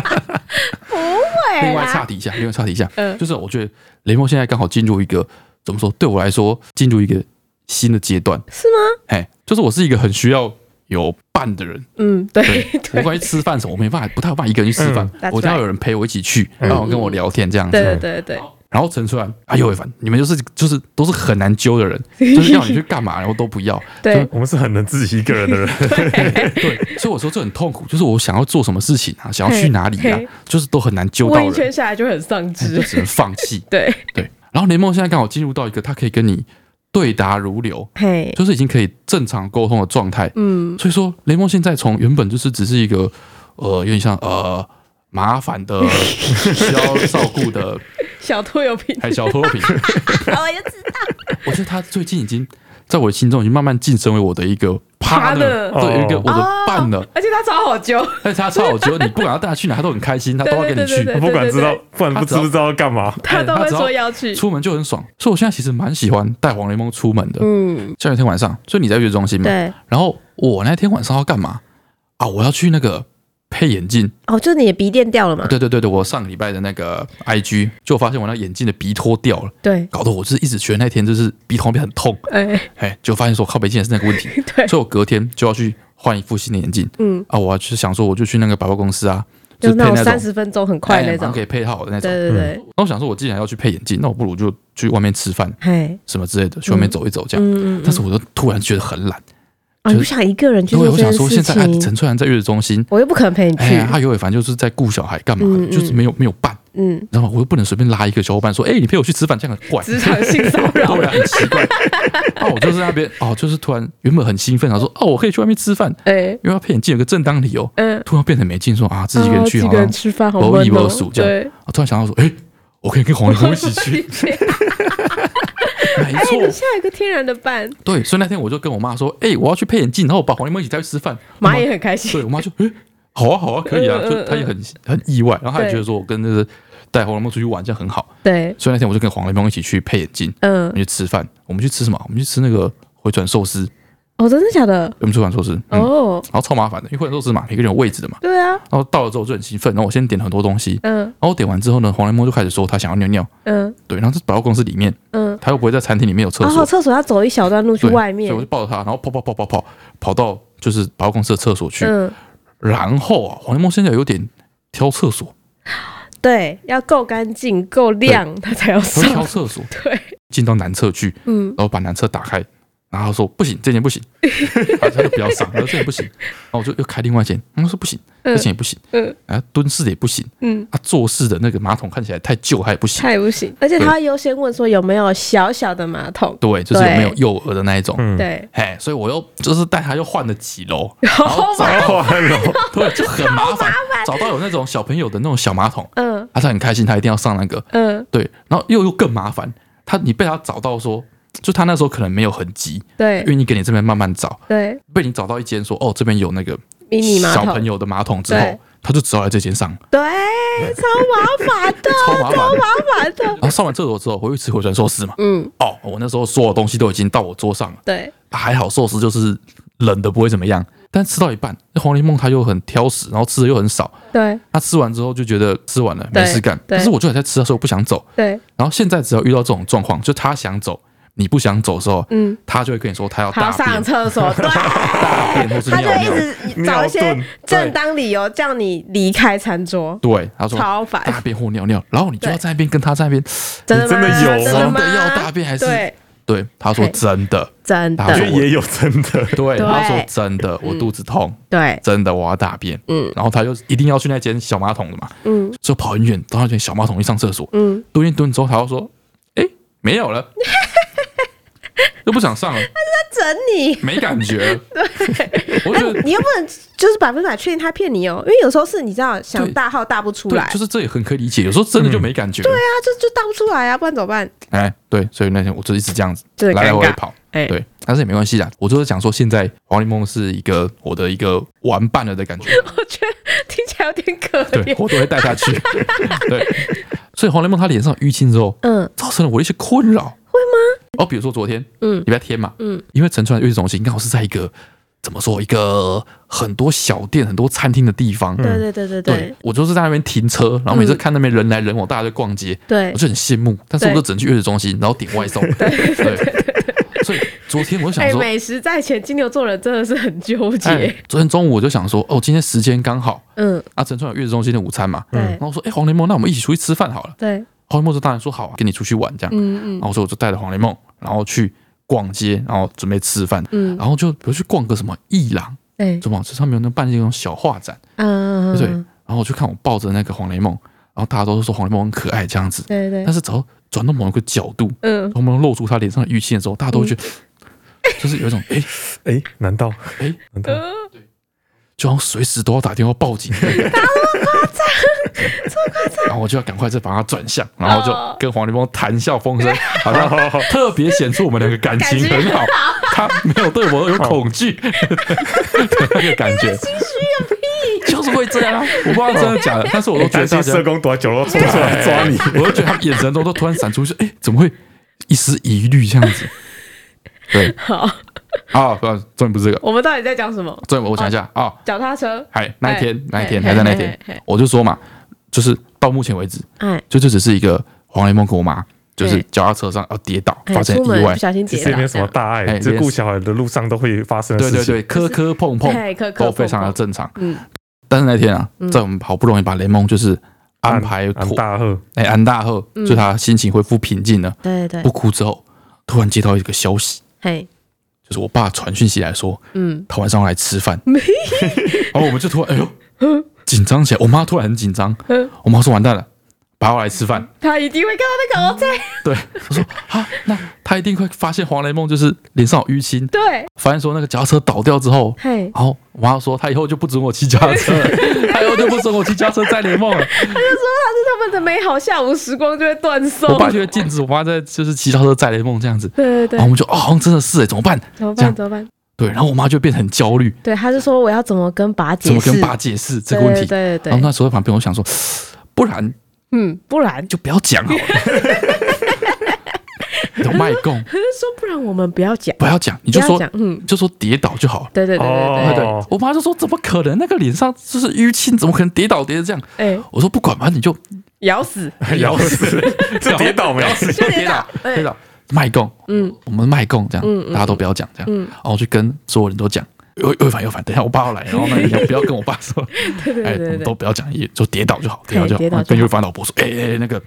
A: 不会
B: 另外
A: 啦，
B: 岔题一下，另外岔题一下，
A: 啊嗯
B: 就是我觉得雷梦现在刚好进入一个怎么说，对我来说进入一个新的阶段，
A: 是吗？
B: 哎，就是我是一个很需要有伴的人。
A: 嗯，对
B: 对，我关于吃饭什么，我没办法，不太有办法一个人去吃饭，
A: 嗯
B: 我一定要有人陪我一起去，
C: 嗯
B: 然后跟我聊天这样子。
A: 对对对对，
B: 然后陈春兰，哎呦喂，凡，你们就是就是都是很难揪的 人，就是要你去干嘛，然后都不要。
A: 对
C: 我们是很能自己一个人的人，
B: 对，所以我说这很痛苦，就是我想要做什么事情啊，想要去哪里啊
A: 嘿嘿，
B: 就是都很难揪到
A: 问一
B: 人，哎
A: 圈下来就很丧
B: 就
A: 志，
B: 只能放弃。
A: 对，
B: 对，然后雷梦现在刚好进入到一个他可以跟你对答如流，
A: 嘿，
B: 就是已经可以正常沟通的状态。
A: 嗯，
B: 所以说，雷梦现在从原本就是只是一个呃，有点像呃麻烦 的需要照顾的
A: 小拖油 瓶，
B: 还小托品，
A: 我也知道，
B: 我觉得他最近已经在我心中已经慢慢晋升为我的一个 partner，
A: partner
B: 对，有一个我
A: 哦
B: 的伴了。
A: 而且他超好揪，
B: 但是他超 好揪，你不管要带他去哪，他都很开心，他都要跟你去
A: 对对对，
C: 不管知道，不管不
B: 他只
C: 知
B: 要
C: 不知道要 干嘛，
A: 他都
B: 哎
A: 会
B: 只要
A: 说要去，
B: 出门就很爽。所以我现在其实蛮喜欢带黄雷梦出门的。
A: 嗯，
B: 下雨天晚上，所以你在月子中心嘛？
A: 对，
B: 然后我那天晚上要干嘛啊？我要去那个配眼镜。
A: 哦，就是你的鼻垫掉了嘛，
B: 对对对对，我上个礼拜的那个 IG 就发现我那眼镜的鼻托掉了，
A: 对，
B: 搞得我就是一直觉得那天就是鼻头那边很痛，
A: 哎，
B: 哎，就发现说靠北竟然是那个问题，
A: 对，
B: 所以我隔天就要去换一副新的眼镜
A: 嗯，
B: 啊。我就想说，我就去那个百货公司啊，
A: 就是
B: 是配
A: 那种
B: 那
A: 三
B: 种
A: 十分钟很快那
B: 哎马上
A: 种
B: 可，以配好的那种。
A: 对对对，
B: 那我想说，我既然要去配眼镜，那我不如就去外面吃饭
A: 嘿，
B: 什么之类的，去外面走一走这样。
A: 嗯嗯，
B: 但是我就突然觉得很懒，
A: 哦，你不想一个人去
B: 因
A: 做
B: 为
A: 这
B: 我
A: 件
B: 想说，
A: 事
B: 现在哎，
A: 情，
B: 陈翠兰在月子中心，哎
A: 我又不可能陪你去
B: 哎，呀，他尤伟凡就是在顾小孩干嘛的，
A: 嗯嗯
B: 就是没有没有伴，
A: 嗯，
B: 然后我又不能随便拉一个小伙伴说，哎、你陪我去吃饭，这样很怪。
A: 职场性骚扰
B: 对，啊，很奇怪。啊，我就是在那边哦，就是突然原本很兴奋，然后说哦，我可以去外面吃饭，
A: 哎，
B: 因为要骗你有个正当理由，
A: 嗯，
B: 突然变得没劲，说啊自己一个人去
A: 哦自己一
B: 好
A: 个
B: 像
A: 人吃饭好
B: 我
A: 闷
B: 以为
A: 哦
B: 我暑，假，
A: 对，
B: 我突然想到说，哎、我可以跟黄连公一起 去，没
A: 哎，
B: 错
A: 你，下一个天然的伴，
B: 对，所以那天我就跟我妈说，哎、我要去配眼镜，然后我把黄连公一起带去吃饭，
A: 妈也很开心，
B: 对我妈就，哎、好啊好啊，可以啊，
A: 嗯嗯
B: 就她也很很意外，然后她也
A: 对
B: 觉得说我跟那个带黄连公出去玩这样很好，
A: 对，
B: 所以那天我就跟黄连公一起去配眼镜，
A: 嗯
B: 我，们去吃饭，我们去吃什么？我们去吃那个回转寿司，
A: 哦，真的假的？
B: 我们吃完寿司，嗯，
A: 哦，
B: 然后超麻烦的，因为回转寿司嘛，每个人有位置的嘛，
A: 对啊，
B: 然后到了之后我就很兴奋，然后我先点了很多东西，
A: 嗯
B: 然后我点完之后呢，黄连公就开始说他想要尿尿。
A: 嗯
B: 对，然后这百货公司里面，
A: 嗯，
B: 他又不会在餐厅里面有厕
A: 然后哦
B: 所，
A: 厕所要走一小段路去
B: 对，
A: 外面
B: 所以我，就抱着他，然后跑跑跑跑跑跑到就是百货公司的厕所去。
A: 嗯，
B: 然后啊，黄连梦现在有点挑厕所，
A: 对，要够干净、够亮，它才要
B: 他 会挑
A: 上，
B: 厕所，
A: 对，
B: 进到男厕去，
A: 嗯，
B: 然后把男厕打开，然后他说不行，这间不 行，他就不要上，他说这间不行，然后我就又开另外一间，他说不行，这
A: 嗯
B: 间也不行，
A: 嗯
B: 啊，蹲式的也不行，
A: 嗯。
B: 啊，坐式的那个马桶看起来太旧，他也不行。
A: 太不行，而且他会优先问说有没有小小的马桶，
B: 对，就是有没有
A: 对
B: 幼儿的那一种，
C: 嗯，
A: 对，
B: 嘿，所以我又就是带他又换了几 楼，然
A: 好
B: 后找
C: 好玩 哦，
B: 对，就很麻烦，找到有那种小朋友的那种小马桶，
A: 嗯
B: 他是很开心，他一定要上那个，
A: 嗯，
B: 对，然后又又更麻烦，他你被他找到说，就他那时候可能没有很急，
A: 对
B: 愿意给你这边慢慢找，
A: 对，
B: 被你找到一间说哦这边有那个
A: 迷你马
B: 小
A: 桶，
B: 朋友的马桶之后
A: 对，
B: 他就只好来这间上，
A: 对，超麻烦的，
B: 超麻
A: 超
B: 烦。
A: 麻烦的，
B: 然后上完厕所之后，回去吃回转寿司嘛，
A: 嗯，
B: 哦，我那时候所有东西都已经到我桌上了，
A: 对，
B: 还好寿司就是冷的不会怎么样，但吃到一半，那黄连梦他又很挑食，然后吃的又很少。
A: 对，
B: 他吃完之后就觉得吃完了
A: 对
B: 没事干，
A: 对
B: 但是我就还在吃的时候不想走。
A: 对，
B: 然后现在只要遇到这种状况，就他想走，你不想走的时候，
A: 嗯，
B: 他就会跟你说他要
A: 他
B: 哦大
A: 要上
B: 便、
A: 厕 所，对，
B: 大便或是
A: 他
B: 尿
A: 就一
B: 尿。
A: 直找一
C: 尿
A: 些
C: 遁
A: 正当理由叫你离开餐桌，
B: 对，他说
A: 超烦
B: 大便或尿尿，然后你就要
A: 对
B: 在那边跟他在那边，
A: 真的
C: 真
A: 吗
C: 的有
A: 真
C: 啊
A: 吗？
B: 真的要大便还是
A: 对，
B: 对，他说
A: 对
B: 真的，
A: 真的
B: 他
C: 因
B: 说
C: 为也有真的，
B: 对，
A: 对
B: 他说真的，我肚子痛，
A: 对，
B: 真的我要大便，
A: 嗯
B: 然后他就一定要去那间小马桶的嘛，
A: 嗯
B: 就跑很远到那间小马桶去上厕所，
A: 嗯，
B: 蹲一蹲之后，他又说，哎，没 有了，又不想上了。
A: 他整你。
B: 没感 觉。我觉
A: 哎，
B: 得
A: 你又不能就是百分之百确定他骗你哦，因为有时候是你知道想
B: 对
A: 大号大不出来，
B: 对，就是这也很可以理解。有时候真的就没感觉。对
A: 对啊，就就大不出来啊，不然怎么办？
B: 哎，对，所以那天我就一直这样子
A: 对
B: 来来回
A: 尴
B: 回
A: 尬
B: 跑。
A: 哎
B: 对，但是也没关系啦。我就是想说，现在黄连梦是一个我的一个玩伴了的 感觉。
A: 我觉得听起来有点可
B: 对，。我都会带 他去。对，所以黄连梦他脸上有淤青之后，
A: 嗯，
B: 造成了我的一些困扰。会吗？哦，比如说昨天，
A: 嗯
B: 礼拜天嘛，
A: 嗯，
B: 因为陈川月子中心刚好是在一个怎么说一个很多小店、很多餐厅的地方，
A: 对对对对对
B: 我就是在那边停车，然后每次看那边人来人往，大家就逛街，
A: 对
B: 我就很羡慕。但是我
A: 对
B: 就只能去月子中心，然后点外送。对所以昨天我就想
A: 哎，
B: 说，
A: 美食在前，金牛座人真的是很纠
B: 哎
A: 结。，
B: 昨天中午我就想说，哦，今天时间刚好，
A: 嗯，
B: 啊，陈川有月子中心的午餐嘛，
A: 对
B: 然后我说，哎，黄连梦，那我们一起出去吃饭好了。
A: 对，
B: 黄连梦就当然说好啊，跟你出去玩这样。
A: 嗯
B: 然
A: 嗯
B: 后所以我就带着黄连梦，然后去逛街，然后准备吃饭，
A: 嗯，
B: 然后就比如去逛个什么艺廊，
A: 哎，
B: 什么，这上面有那办那种小画展，
A: 嗯，
B: 对。
A: 嗯
B: 然后我就看我抱着那个黄雷梦，然后大家都说黄雷梦很可爱这样子，
A: 对对
B: 但，是只要转到某一个角度，
A: 嗯，
B: 黄雷梦露出他脸上的淤青的时候，大家都会觉得，就是有一种哎、
C: 哎，难 道
B: 哎
C: 难道
A: 呃
B: 就好像随时都要打电话报 警，打那么夸张，夸张，然哦后我就要赶快再把他转向，然后就跟黄雷梦谈笑风生，好 像特别显出我们两个感情
A: 感
B: 很
A: 情
B: 好，他没有对我有恐惧 的那个感觉，
A: 心虚个屁！
B: 就是会这样啊，我不知道真的假的，但是我都觉得
C: 担
B: 大
C: 心
B: 家
C: 社工躲在角落冲出来抓 你？
B: 我就觉得他们眼神中都突然闪出说：“哎、怎么会一丝疑虑这样子？”对
A: 好，
B: 啊，不，重点不是这个，
A: 我们到底在讲什么？
B: 重点我想一下啊，
A: 脚踏车，
B: 还那一天
A: 嘿，
B: 那一天
A: 嘿
B: 还在那一
A: 嘿嘿
B: 天
A: 嘿，
B: 我就说嘛，就是到目前为止，
A: 哎，
B: 就这只是一个黄雷梦跟我妈，就是
A: 对
B: 脚踏车上啊跌倒
A: 哎
B: 发生
A: 出
B: 意
A: 门
B: 外
A: 不，小心
C: 其
A: 跌
C: 实也
A: 倒
C: 没有什么大
B: 哎
C: 碍，这顾小孩的路上都会发生的
B: 对
C: 事
B: 对
C: 情。
B: 对，磕磕碰
A: 这
B: 碰
A: 样嘿，磕磕
B: 都非常的
A: 碰碰
B: 正常。
A: 嗯，
B: 但是那天啊，
A: 嗯
B: 在我们好不容易把雷梦就是安排
C: 安
B: 妥，
C: 大赫，
B: 哎，安大后，
A: 嗯
B: 就他心情恢复平静了，
A: 对对
B: 不
A: 对，
B: 哭之后，突然接到一个消息，
A: 嘿，
B: 就是我爸传讯息来说，
A: 嗯，
B: 他晚上要来吃饭，
A: 没嗯
B: 然后我们就突然哎呦紧张起来，我妈突然很紧张，我妈说完蛋了，爬过来吃饭。
A: 他一定会看到那个哦 OJ。
B: 对，我说啊，那他一定会发现黄雷梦就是脸上有淤青，
A: 对，
B: 发现说那个脚踏车倒掉之后，
A: 嘿，
B: 然后我妈说他以后就不准我骑脚踏车 了，他以后就不准我骑脚踏车载雷梦了。
A: 他就说他是他们的美好下午时光就会断送。
B: 我爸就会禁止我妈在就是骑脚踏车载雷梦这样子。
A: 对对
B: 然后
A: 对，
B: 我们就哦，好像真的是哎，怎么办？
A: 怎么
B: 这
A: 办？
B: 样
A: 怎么办？
B: 对，然后我妈就变得很焦虑，
A: 对，他就说我要怎么跟爸
B: 怎
A: 解
B: 么
A: 释
B: 跟爸解释这个问题？
A: 对对
B: 然
A: 对
B: 后
A: 对，
B: 那时候在旁边，我想说，不然
A: 嗯，不然
B: 就不要讲 好了，有卖供，
A: 可是说不然我们不要讲，
B: 不要讲，你就说
A: 不要讲嗯，
B: 就说跌倒就好了。
A: 对对对对
B: 对
A: 对，
B: 对
C: 哦，
B: 我妈就说怎么可能？那个脸上就是淤青，怎么可能跌倒跌成这样？
A: 哎，
B: 我说不管嘛，你就
A: 咬死，
C: 咬死， 这跌倒没有？
A: 就跌倒，
B: 跌
A: 哎，
B: 倒卖供，
A: 嗯，
B: 我们卖供这
A: 嗯
B: 样，
A: 嗯
B: 大家都不要讲这样。
A: 嗯
B: 然后我就跟所有人都讲，又又反又反，等一下我爸要 来，然后呢你不要跟我爸说，
A: 对对
B: 哎，
A: 对
B: 我
A: 对
B: 们
A: 对
B: 都。不要讲，也就跌倒就好，跌倒就好。
A: 跌倒
B: 然后
A: 就
B: 跟
A: 好
B: 又凡老伯说，哎哎哎那个。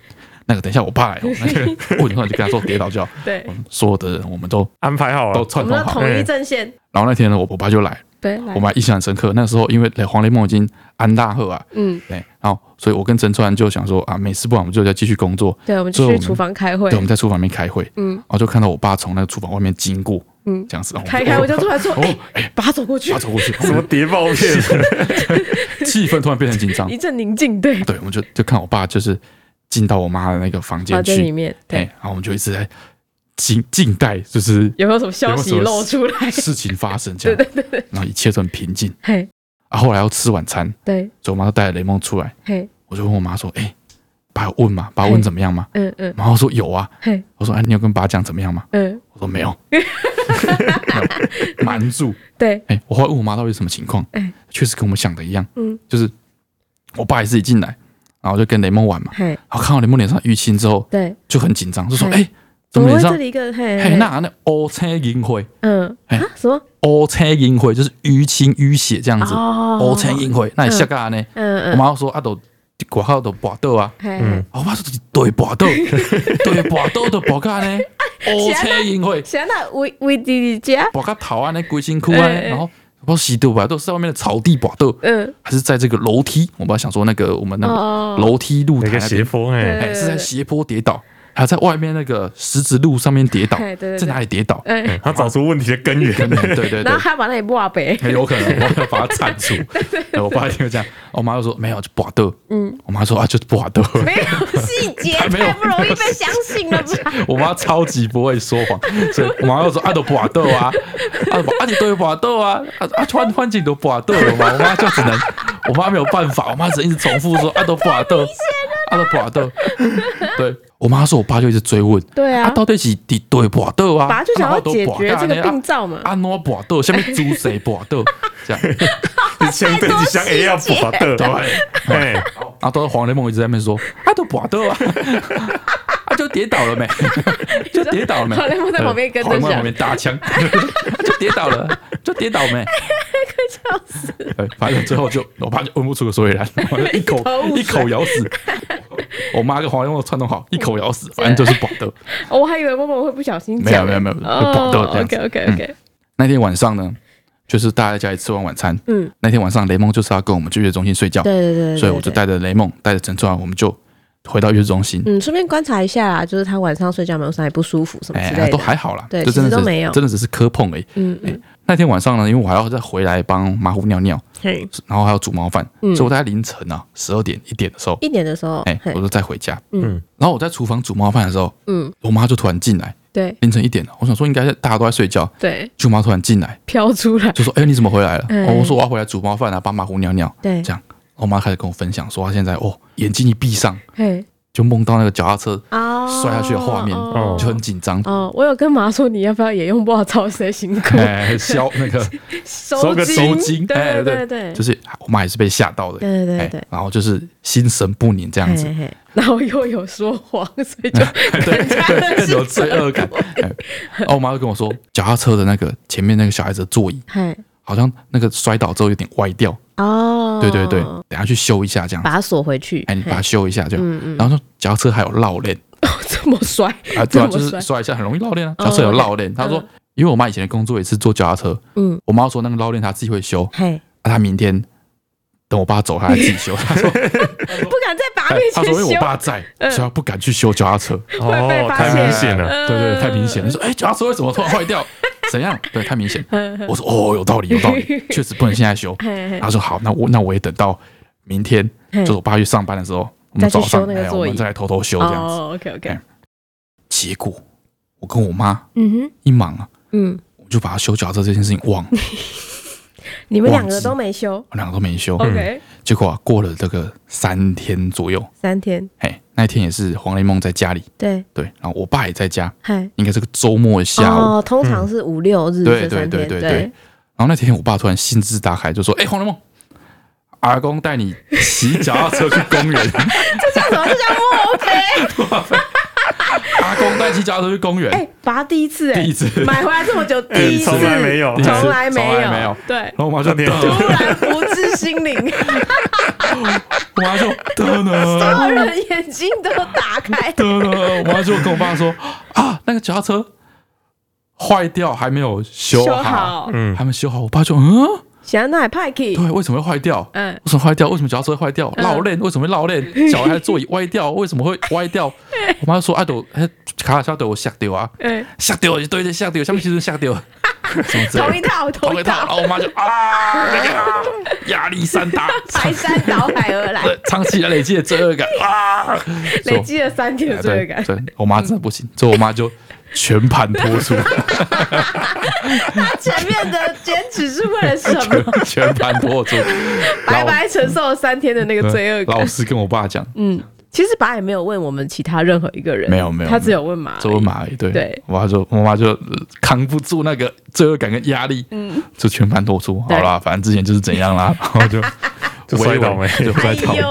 B: 那个，等一下，我 爸来哦。那个，我你突然就跟他说跌倒就好。
A: 对
B: 我，们所有的人，我们都
C: 安排好
B: 都
C: 了，
A: 我
B: 串
A: 们
B: 通
A: 要哎
B: 好。
A: 统一阵线，
B: 然后那天呢，我我爸就来，
A: 对，来
B: 我，们还印象很深刻。那时候因为黄雷梦已经安大贺啊，
A: 嗯，
B: 对，然后所以我跟陈川就想说啊，没事，不然我们就再继续工作。
A: 对，我们
B: 所
A: 就
B: 以我
A: 去
B: 们
A: 厨房开会
B: 对，我，们在厨房里面开会，
A: 嗯
B: 然后就看到我爸从那个厨房外面经过，
A: 嗯，
B: 这样子，然后
A: 开开我就突然说，
B: 哦
A: 哎，，
B: 哎，
A: 把他走过去
B: 他，走过去，
C: 什么谍报片？
B: 气氛突然变得很紧张
A: 一。阵宁静，对，
B: 对，我们就就看我爸就是进到我妈的那个房间
A: 房间里
B: 去，
A: 面，啊对，
B: 哎，然后我们就一直在静静待，就是
A: 有没有什么消
B: 有没有什
A: 息
B: 么
A: 露出来？
B: 事情发 生这样，对对对，然后一切都很平静。
A: 嘿，
B: 啊，后来要吃晚餐，
A: 对，
B: 所以我妈就带了雷梦出来，
A: 嘿，
B: 我就问我妈说：“哎、爸有问嘛？爸问怎么样嘛
A: 嗯？”嗯，
B: 然后说有啊。
A: 嘿，
B: 我说：“哎、你有跟爸讲怎么样吗
A: 嗯，？”
B: 我说：“没 有， 没有瞒住。
A: 对，
B: 哎、我后来问我妈到底是什么情况，
A: 哎，
B: 确实跟我们想的一样，
A: 嗯，
B: 就是我爸也是一进来，然后就跟雷梦玩嘛，
A: 嘿，
B: 然后看到雷梦脸上淤青之后
A: 对，
B: 就很紧张，就说：“哎、
A: 哎
B: 怎么
A: 会
B: 脸上
A: 这里一个嘿，
B: 嘿那那乌青银灰，
A: 嗯
B: 嘿
A: 啊什么？
B: 乌青银灰就是淤青淤血这样子，
A: 哦
B: 乌青银灰，那你下干呢？
A: 嗯嗯，
B: 我妈说：“啊，都外口都跋倒啊。”
A: 嘿，嘿
C: 嗯，
B: 我爸说对跋倒， 对跋倒就跋到呢，乌车银会
A: 想到为为弟弟家，
B: 跋到头啊，那规身躯啊，
A: 哎哎
B: 然后不知道洗掉吧，都是在外面的草地跋倒，
A: 嗯，
B: 还是在这个楼梯？我爸想说那个我们那个
A: 哦，
B: 楼梯露
C: 那
B: 台
C: 个
B: 那
C: 斜
B: 边，
C: 坡哎，
B: 哎，
A: 对
B: 是在斜坡跌倒，还在外面那个石子路上面跌倒
A: 哎对对，对
B: 在哪里跌倒？嗯
A: 哎，
C: 他找出问题的根源，
B: 可能对对
A: 然
B: 对
A: 后。还把那里挖呗，
B: 很有可能，我要把它铲 除。哎我爸就这样，我妈就说没有，就跋倒。嗯，我妈说啊，就是跋倒。
A: 没有细节，
B: 没有
A: 太不容易被相信了吧？
B: 我妈超级不会说谎，所以我妈又说啊，都拔豆啊，啊都啊你都有拔豆啊，啊啊穿环境都拔豆了嘛，我妈就只能，我妈没有办法，我妈只能一直重复说啊都拔豆，啊都拔豆，对我妈说，我爸就一直追问，
A: 对啊
B: 啊到底是你对拔豆啊，
A: 爸就想要解决这个病灶嘛
B: 啊哪拔豆，下面猪谁拔豆，这样，
C: 你 相对你相 A 要不把的，对，哎，
B: 然后到黄雷梦一直在那边说啊都拔豆啊， 啊就跌倒了没， 就跌倒了没，
A: 好雷梦 在旁边跟
B: 跑在
A: 着
B: 旁
A: 讲，
B: 边搭 枪，就跌倒了，就跌倒没？
A: 笑死！
B: 对，反正最后就我爸就问不出个所以 然，我就一口一
A: 一头雾水
B: 口 咬死。我妈跟黄连梦串通好，一口咬
A: 啊
B: 死，反正就是保德。
A: 我还以为默默会不小心
B: 没有
A: 讲，
B: 没有没有，就保德这
A: 哦
B: 样
A: ，OK
B: 子。
A: OK OK，
B: 那天晚上呢，就是大家在家里吃完晚餐，
A: 嗯，
B: 那天晚上雷梦就是要跟我们去月子中心睡觉，
A: 对对对对，
B: 所以我就带着雷梦，带着陈川，我们就回到月子中心。
A: 嗯，顺便观察一下啦，就是他晚上睡觉有没有哪里不舒服什么
B: 哎
A: 之类，
B: 都
A: 的。
B: 还好啦，
A: 对
B: 就真的
A: 其实都
B: 只是
A: 没有
B: 真的只是磕碰而已。哎
A: 嗯嗯，
B: 那天晚上呢，因为我还要再回来帮马虎尿尿，
A: 嘿，
B: 然后还要煮毛饭，
A: 嗯
B: 所以我大概凌晨啊十二点一点的时候，
A: 一点的时候，
B: 哎、
A: 嘿
B: 我就再回家。
A: 嗯
B: 然后我在厨房煮毛饭的时候，
A: 嗯，
B: 我妈就突然进来，
A: 对
B: 凌晨一点了，啊我想说应该大家都在睡觉，
A: 对，
B: 舅妈突然进来
A: 飘出来，
B: 就说：“哎、你怎么回来了？”
A: 嗯
B: 哦，我说我要回来煮毛饭啊，帮马虎尿尿。
A: 对
B: 这，样，我妈开始跟我分享说，她现在哦眼睛一闭上
A: 嘿，
B: 就梦到那个脚踏车
A: 啊
B: 摔下去的画面，
A: 哦
B: 就很紧张。
A: 哦，我有跟妈说，你要不要也用不好操谁辛苦，
B: 哎，消那个
A: 收
B: 收个收
A: 金，
B: 金，哎，
A: 对对
B: 对，
A: 对，
B: 就是我妈也是被吓到的，
A: 对对
B: 哎
A: 对对，
B: 然后就是心神不宁这样子，
A: 嘿嘿然后又有说谎，所以就 更加
B: 更
A: 的
B: 有罪恶感。哎然后我妈就跟我说，脚踏车的那个前面那个小孩子的座椅，
A: 嘿，
B: 好像那个摔倒之后有点歪掉，
A: 哦，
B: 对对对，等下去修一下这样子
A: 把。它锁回去，
B: 哎，你把它
A: 嘿
B: 修一下这
A: 嗯
B: 样，
A: 嗯
B: 然后说脚踏车还有绕链
A: 这么摔，
B: 啊，对
A: 这
B: 啊，
A: 么
B: 就是
A: 摔
B: 摔一下很容易绕链啊。
A: 哦
B: 脚踏车有绕链，她说
A: 嗯，
B: 因为我妈以前的工作也是做脚踏车，
A: 嗯，
B: 我妈说那个绕链她自己会修，
A: 嘿，
B: 啊她明天等我爸走，他还自己修。他说
A: 不敢在爸
B: 哎
A: 面
B: 他
A: 前
B: 说因为
A: 修嗯
B: 我，爸在，所以他不敢去修脚踏车。
A: 会被
C: 哦，
A: 发
C: 太
A: 现
C: 明显了，
B: 对对，太明显
A: 嗯
B: 了。你说哎，脚踏车为什么突然坏掉？ 怎样？对，太明显。
A: 嗯
B: 我说哦，有道理，有道 理，确实不能现在修。
A: 嘿嘿
B: 他说好，那我那我也等到明天，
A: 嘿
B: 就是我爸去上班的时候，我
A: 嗯再
B: 们
A: 去
B: 早上
A: 修那个
B: 哎，
A: 座
B: 我们
A: 椅
B: 再来偷偷修这样子。
A: 哦，OK OK，
B: 哎结果我跟我妈
A: 嗯哼，
B: 一忙啊，
A: 嗯，
B: 我就把修脚踏车这件事情忘了，
A: 你们两
B: 忘
A: 个
B: 记
A: 都没修
B: 我两个都没修。
A: ，OK，
B: 结果啊，过了这个三天左右，
A: 三天，
B: 哎，那一天也是黄雷梦在家里，
A: 对，
B: 对，然后我爸也在家，
A: 嗨，
B: 应该是个周末的下午。
A: 哦，通常是五六日
B: 对
A: 这
B: 对
A: 三
B: 对
A: 天，
B: 对对，。然后那天我爸突然兴致大开，就说：“哎、黄雷梦，阿公带你骑脚踏车去 公园，
A: 这叫什么？这叫墨菲？
B: 阿公带你骑脚踏车去公园。
A: 哎，爸第一次，哎，
B: 第一次
A: 买回来这么 久，第一次，
C: 从来没有
B: 第一次
A: 从来没
B: 从来没有嗯
A: 对
B: 然，后我妈就
C: 那天
B: 得
A: 突然不知心 灵，
B: 我妈就得呢。
A: 所有人眼睛都打开，
B: 得了，我妈就跟我爸说啊，那个脚踏车坏掉，还没有修
A: 修
B: 好，
A: 好，
C: 嗯
B: 还没修好。我爸就嗯，
A: 想那派 k
B: 对，为什么会坏掉？
A: 嗯，
B: 为什么坏掉？为什么脚踏车会坏掉？
A: 嗯
B: 绕链为什么会 绕链？脚还座椅歪掉，为什么会歪掉？我妈就说啊，都哎卡卡车都有吓掉啊，
A: 哎，
B: 吓掉一堆的吓掉，下面其实吓掉，什么之
A: 同一
B: 类的。
A: 套，
B: 同
A: 同
B: 一
A: 一
B: 套，然
A: 套，
B: 后我妈就啊，压力山大，
A: 排山倒海而 来，
B: 长期来累积的罪恶感啊，嗯
A: 累积了三天的罪恶感。
B: 哎对，对我妈真的不行，所以我妈就全盘 托出，
A: 他 前面的坚持是为了什 么？
B: 全全盘托出，
A: 白白承受了三天的那个罪恶
B: 老
A: 感。
B: 师跟我爸讲，
A: 嗯，其实爸也没有问我们其他任何一个人，
B: 没有没有
A: 他只有问马。
B: 周文马而已对，
A: 对
B: 我妈就我妈就呃扛不住那个罪恶感跟压力，嗯，就全盘托出，
A: 对
B: 好啦，反正之前就是怎样啦，然后 就
C: 就摔倒霉
B: 娓娓就
A: 哎
B: 摔倒霉，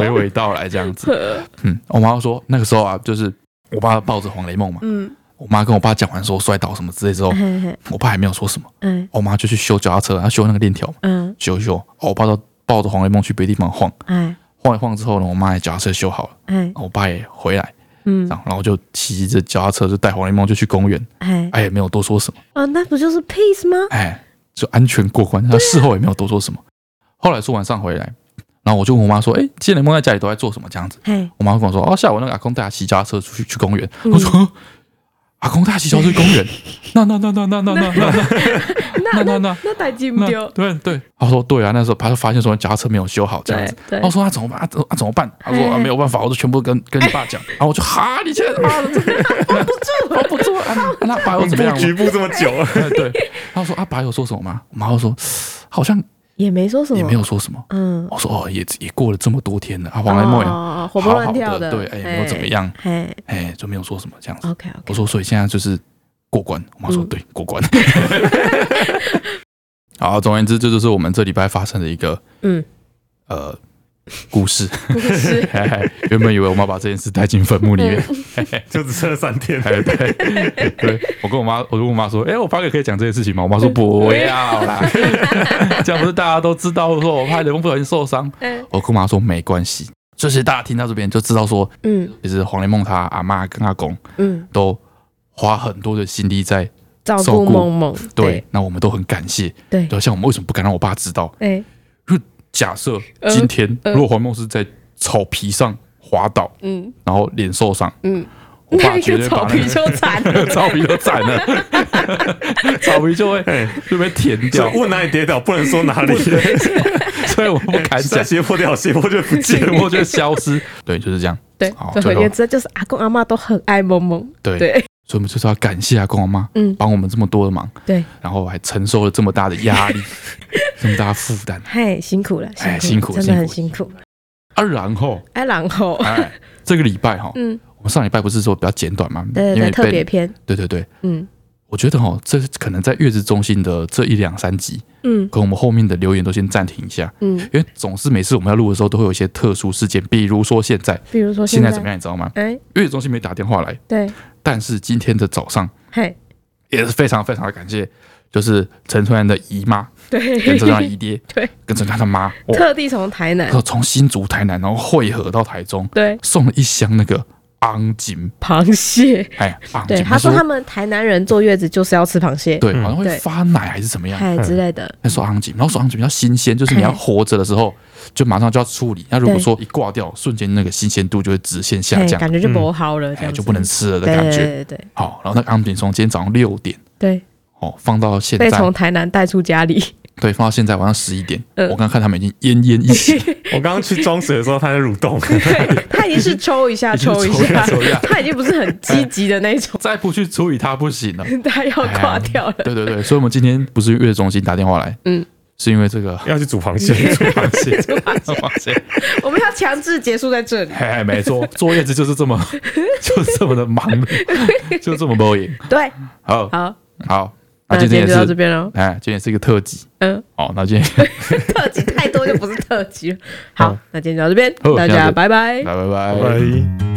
B: 娓
A: 呦，
B: 娓道来这样子， 嗯，我妈说那个时候啊，就是我爸抱着黄雷梦嘛，
A: 嗯，
B: 我妈跟我爸讲完说摔倒什么之类之后，
A: 嘿嘿
B: 我爸还没有说什么，
A: 嗯
B: 我妈就去修脚踏车，然后修那个链条嘛。
A: 嗯，
B: 修一修。哦，我爸都抱着黄雷梦去别的地方晃，
A: 哎
B: 晃一晃之后呢，我妈也脚踏车修好了，
A: 哎
B: 然后我爸也回来，
A: 嗯
B: 然后然后就骑着脚踏车就带黄雷梦就去公园，
A: 哎，
B: 哎，也没有多说什么，
A: 哦，那不就是 peace 吗？
B: 哎，就安全过关。他事后也没有多说什么。后来说晚上回来，然后我就问我妈说，哎，今天雷梦在家里都在做什么这样子？
A: 哎，
B: 我妈跟我说，哦，下午那个阿公带他骑脚踏车出去去公园。我说。呵阿公带他骑脚踏车去公园，那那那那那那那那
A: 那
B: 那
A: 那
B: 那
A: 那带进不
B: 那
A: 丢？
B: 对对，他说对啊，那时候他就发现说脚踏车没有修好这样子，
A: 对对
B: 然后说那怎么办？啊怎啊怎么办？他说、啊、
A: 哎
B: 没有办法，我就全部跟跟你爸讲，然后我就哈，你现在
A: 哦
B: 啊，这不住，不住啊，那那爸又怎么样
C: 布？局部这么久，
B: 哎对，他说啊，爸有说什么吗？我妈又说好像
A: 也没说什么，
B: 也没有，说什么。
A: 嗯，
B: 我说哦，也也过了这么多天了，啊，黄连梦也
A: 哦活蹦乱跳
B: 好好的对哎没有怎么样
A: 哎
B: 哎就没有说什么这样子。
A: ，OK OK，
B: 我说，所以现在就是过关。我妈说，
A: 嗯
B: 对，过关。 好，总而言之，这就是我们这礼拜发生的一个
A: 嗯，
B: 呃故事。
A: 不是，
B: 嘿嘿 原本以为我妈把这件事带进坟墓里面，
C: 就只剩了三天，
A: 嗯
B: 哎， 对，对我跟我妈，我跟我妈说，哎、我发给可以讲这件事情吗？我妈说
A: 嗯
B: 不要 啦，这样不是大家都知道说我怕雷锋不小心受伤。
A: 哎
B: 我跟我妈说没关系，就是大家听到这边就知道说，
A: 嗯
B: 其实黄雷梦他阿妈跟阿公
A: 嗯，
B: 都花很多的心力在
A: 照
B: 照顾
A: 顾梦梦，
B: 对，那我们都很感谢。
A: 对
B: 对，像我们为什么不敢让我爸知道？
A: 哎，
B: 就假设
A: 呃
B: 今天
A: 呃
B: 如果黄梦是在草皮上滑倒，
A: 嗯
B: 然后脸受伤，
A: 嗯，
B: 我爸
A: 那
B: 绝
A: 个
B: 对把
A: 草
B: 那
A: 皮
B: 个，
A: 就惨
B: 草皮都斩了， 草皮就会
C: 哎
B: 就被舔
C: 就
B: 掉，
C: 问哪里跌倒，不能说 哪里，
B: 所以我不敢
C: 下
B: 讲，
C: 斜坡跌倒，斜坡就不见
B: 节
C: 了。
B: 目就消失。对，就是这样。
A: 对
B: 好，
A: 总而
B: 最后
A: 言之就是阿公阿妈都很爱梦梦，
B: 对，
A: 对
B: 所以我们就是要感谢阿公阿妈，
A: 嗯
B: 帮我们这么多的忙，
A: 对，
B: 然后还承受了这么大的压 力，这么大的负担。
A: 嘿，辛苦了，
B: 哎
A: 辛
B: 辛苦
A: 了真的很
B: 辛
A: 辛苦。
B: 啊，然后
A: 哎，然后，
B: 哎，这个礼拜哈，
A: 嗯，
B: 我们上礼拜不是说比较简短嘛，
A: 对
B: 因
A: 对对，
B: 为
A: 特
B: 被
A: 别篇，
B: 对对对，
A: 嗯
B: 我觉得哈，这可能在月子中心的这一两三集，
A: 嗯
B: 可能我们后面的留言都先暂停一下，
A: 嗯，
B: 因为总是每次我们要录的时候，都会有一些特殊事件，比如说现在，
A: 比如说
B: 现在
A: 在
B: 怎么？样，你知道吗？
A: 哎，
B: 月子中心没打电话来，
A: 对，
B: 但是今天的早上
A: 嘿，
B: 也是非常非常的感谢，就是陈川的 姨妈
A: 对，
B: 跟陈川 的姨爹
A: 对，
B: 跟陈川他妈，哦
A: 特地从台南，
B: 哦，从新竹、台南，然后汇合到台中，
A: 对，
B: 送了一箱那个昂金，
A: 螃蟹。
B: 哎，昂
A: 对，
B: 金。
A: 他说他们台南人坐月子就是要吃螃蟹，
B: 对，嗯
C: 嗯
B: 好像会
A: 对
B: 发奶还是怎么样，
A: 哎之类的。
B: 那手昂紧，然后手昂紧比较新鲜，就是你要活着的时候就马上就要处理。那如果
A: 对
B: 说一挂掉，瞬间那个新鲜度就会直线下
A: 哎，
B: 降，
A: 感觉就不好了，这
B: 哎，
A: 样
B: 就不能
A: 子
B: 吃了的
A: 对
B: 感
A: 对
B: 觉。
A: 对对
B: 好，然后那个昂紧从今天早上六点
A: 对，
B: 哦放到现
A: 被
B: 在
A: 从，台南带出家里，
B: 对，放到现在晚上十一点，
A: 嗯
B: 我刚看他们已经奄奄一息，
C: 我刚刚去装水的时候，它在 蠕动，
A: 他已经是抽一下
B: 已经
A: 抽一
B: 抽一
A: 下
B: 下抽一下，
A: 他已经不是很积极的那 种，
B: 再不去处理它不行 了。
A: 他要垮掉了。
B: 哎对对对，所以我们今天不是月子中心打电话来，
A: 嗯，
B: 是因 为这个
C: 要去煮螃蟹，煮螃蟹。
B: 发现，
A: 我们要强制结束在这里。
B: 哎，没 错，坐月子就是这么就是这么的忙碌，就这么不赢。
A: 对，
B: 好，
A: 好，
B: 好，
A: 那
B: 那啊今
A: 今
B: 天也
A: 天就到这
B: 是，
A: 边喽。
B: 哎，今天也是一个特辑
A: 嗯，
B: 哦。那今天，
A: 特辑太多就不是特辑了。好
B: 好，
A: 那今天就到这边
B: 好，
A: 大
B: 下
A: 家
B: 次
A: 拜拜
B: 拜。拜拜。
C: 拜。